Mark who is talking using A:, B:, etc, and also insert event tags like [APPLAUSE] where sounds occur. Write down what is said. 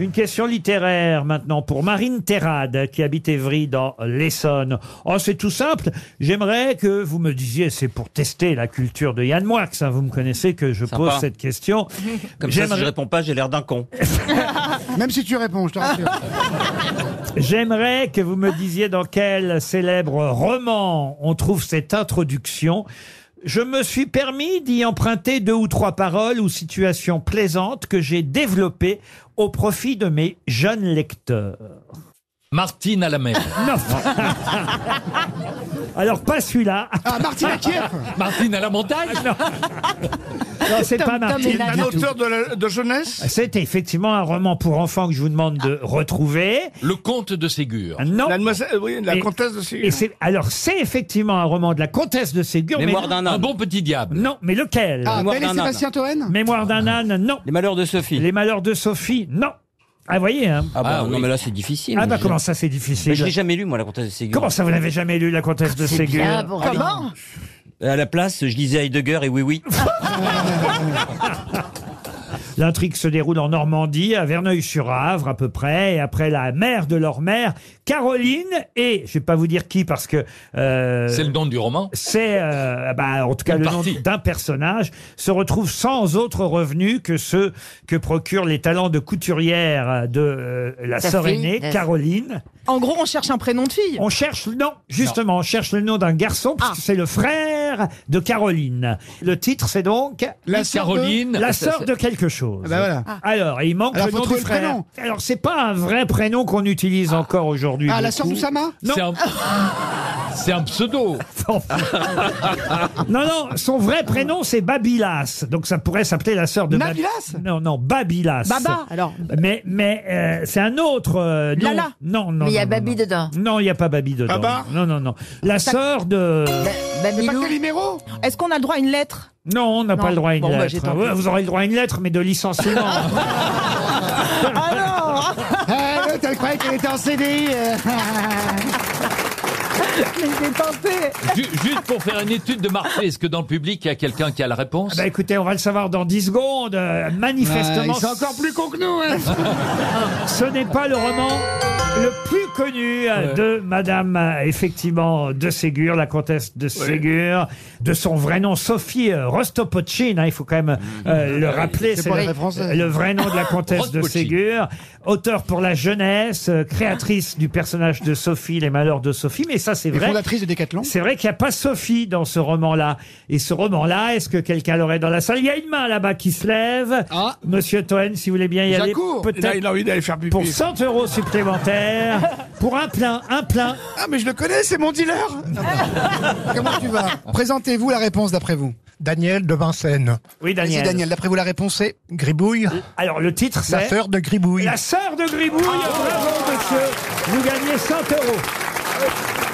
A: Une question littéraire maintenant pour Marine Terrade qui habite Évry dans l'Essonne. Oh, c'est tout simple. J'aimerais que vous me disiez, c'est pour tester la culture de Yann Moix. hein, vous me connaissez que je
B: Sympa.
A: pose cette question.
B: [LAUGHS] Comme ça, si
A: J'aimerais-
B: je réponds pas, j'ai l'air d'un con.
C: Même si tu réponds, je te rassure.
A: J'aimerais que vous me disiez dans quel célèbre roman on trouve cette introduction. Je me suis permis d'y emprunter deux ou trois paroles ou situations plaisantes que j'ai développées au profit de mes jeunes lecteurs.
D: Martine à la mer. [LAUGHS]
A: Non. Alors
E: [LAUGHS]
A: pas celui-là.
C: [LAUGHS] Ah, Martine à Kiev
D: Martine à la montagne.
A: Non, c'est pas
E: Tom et
A: Martine.
E: Nana.
F: Un auteur de, la- de jeunesse
A: C'est effectivement un roman pour enfants que je vous demande de retrouver.
D: Le comte de Ségur.
A: Non.
F: La, demoiselle- euh, oui, la
A: Et-
F: comtesse de Ségur.
A: Et c'est alors c'est effectivement un roman de la comtesse de Ségur. mais-
B: Mémoire d'un
D: Un
B: homme.
D: bon petit diable.
A: Non, mais lequel
C: Ah,
B: Mémoire
C: Belle et
B: d'un âne.
C: Sébastien Toen
A: Mémoire d'un
B: Ah.
A: âne, non.
B: Les malheurs de Sophie.
A: Les malheurs de Sophie, non. Ah, voyez, hein.
B: Ah, bah,
D: Ah,
B: non,
D: oui.
B: mais là, c'est difficile.
A: Ah, bah,
B: Je-
A: comment ça, c'est
B: Mais je l'ai
A: difficile.
B: jamais lu, Ah, moi, la comtesse de Ségur.
A: Comment ça, vous n'avez jamais lu La Comtesse de Ségur
E: Comment
B: À la place, je lisais Heidegger et oui, oui.
A: L'intrigue se déroule en Normandie, à Verneuil-sur-Avre, à peu près, et après la mère de leur mère, Caroline, et je vais pas vous dire qui parce que. euh,
D: C'est le nom du roman.
A: c'est euh, bah, en tout cas
D: Une
A: le nom
D: partie.
A: d'un personnage, se retrouve sans autre revenu que ceux que procurent les talents de couturière de euh, la
G: Sa
A: sœur
G: fille,
A: aînée,
G: la-
A: Caroline.
E: En gros, on cherche un prénom de fille.
A: On cherche, non, justement, on cherche le nom d'un garçon, parce
G: Ah.
A: que c'est le frère de Caroline. Le titre, c'est donc
C: La sœur de-
D: Caroline.
A: La sœur de quelque chose.
C: Ah bah voilà.
A: Alors, il manque
C: Alors,
A: le
C: faut
A: nom du
C: trouver le
A: frère.
C: prénom.
A: Alors, c'est pas un vrai prénom qu'on utilise encore aujourd'hui.
C: Ah, la sœur
A: beaucoup.
C: d'Oussama
A: Non.
D: C'est un... c'est un [LAUGHS] pseudo.
A: [LAUGHS] Non, non, son vrai prénom, c'est Babylas. Donc, ça pourrait s'appeler la sœur de Bab-
C: Nabilas
A: Non, non, Babylas.
E: Baba, alors.
A: Mais, mais euh, c'est un autre. euh, nom.
E: Lala.
A: Non, non.
G: Mais il y
A: non,
G: a
A: non,
G: Babi
A: non.
G: dedans.
A: Non, il n'y a pas Babi dedans.
F: Baba
A: Non, non, non. La sœur de.
C: C'est pas
G: Babylou.
C: Calimero
E: Est-ce qu'on a le droit à une lettre
A: Non, on n'a
E: Non.
A: pas le droit à une
E: Bon, bah, j'ai
A: lettre.
E: tenté.
A: Ouais, vous aurez le droit à une lettre, mais de licenciement.
C: [LAUGHS]
E: Alors
C: Ah, l'autre, elle croyait qu'elle était en CDI euh.
E: Mais j'ai tenté
D: Ju- Juste pour faire une étude de marché, est-ce que dans le public, il y a quelqu'un qui a la réponse
A: bah, écoutez, on va le savoir dans 10 secondes. Euh,
C: Ah,
A: Manifestement,
C: Ils sont encore plus cons que nous hein.
A: ce n'est pas le roman le plus connu euh,
D: Ouais.
A: de Madame, euh, effectivement, de Ségur, la comtesse de Ségur, de son vrai nom, Sophie euh, Rostopchine. hein, il faut quand même euh, le rappeler.
C: Mm. Ah C'est pas
A: le-
C: vrai français.
A: le vrai nom de la comtesse de
D: Rostopchine.
A: Ségur. Auteur pour la jeunesse, euh, créatrice du personnage de Sophie, les malheurs de Sophie. Mais ça, c'est
C: Et
A: vrai.
C: Fondatrice de Decathlon
A: C'est vrai qu'il n'y a pas Sophie dans ce roman-là. Et ce roman-là, est-ce que quelqu'un l'aurait dans la salle Il y a une main là-bas qui se lève.
C: Ah.
A: Monsieur Toen, si vous voulez bien y aller,
C: J'accours.
F: Là,
A: peut-être
F: il a envie d'aller faire pipi.
A: pour 100 euros supplémentaires, pour un plein, un plein.
F: Ah, mais je le connais, c'est mon dealer
C: Comment tu vas Présentez-vous la réponse d'après vous. Daniel de Vincennes.
A: Oui,
C: Vas-y
A: Daniel.
C: Daniel, d'après vous la réponse c'est Gribouille,
A: Alors, le titre, c'est...
C: la sœur de Gribouille.
A: La sœur de Gribouille. Bravo, monsieur. Vous gagnez 100 euros.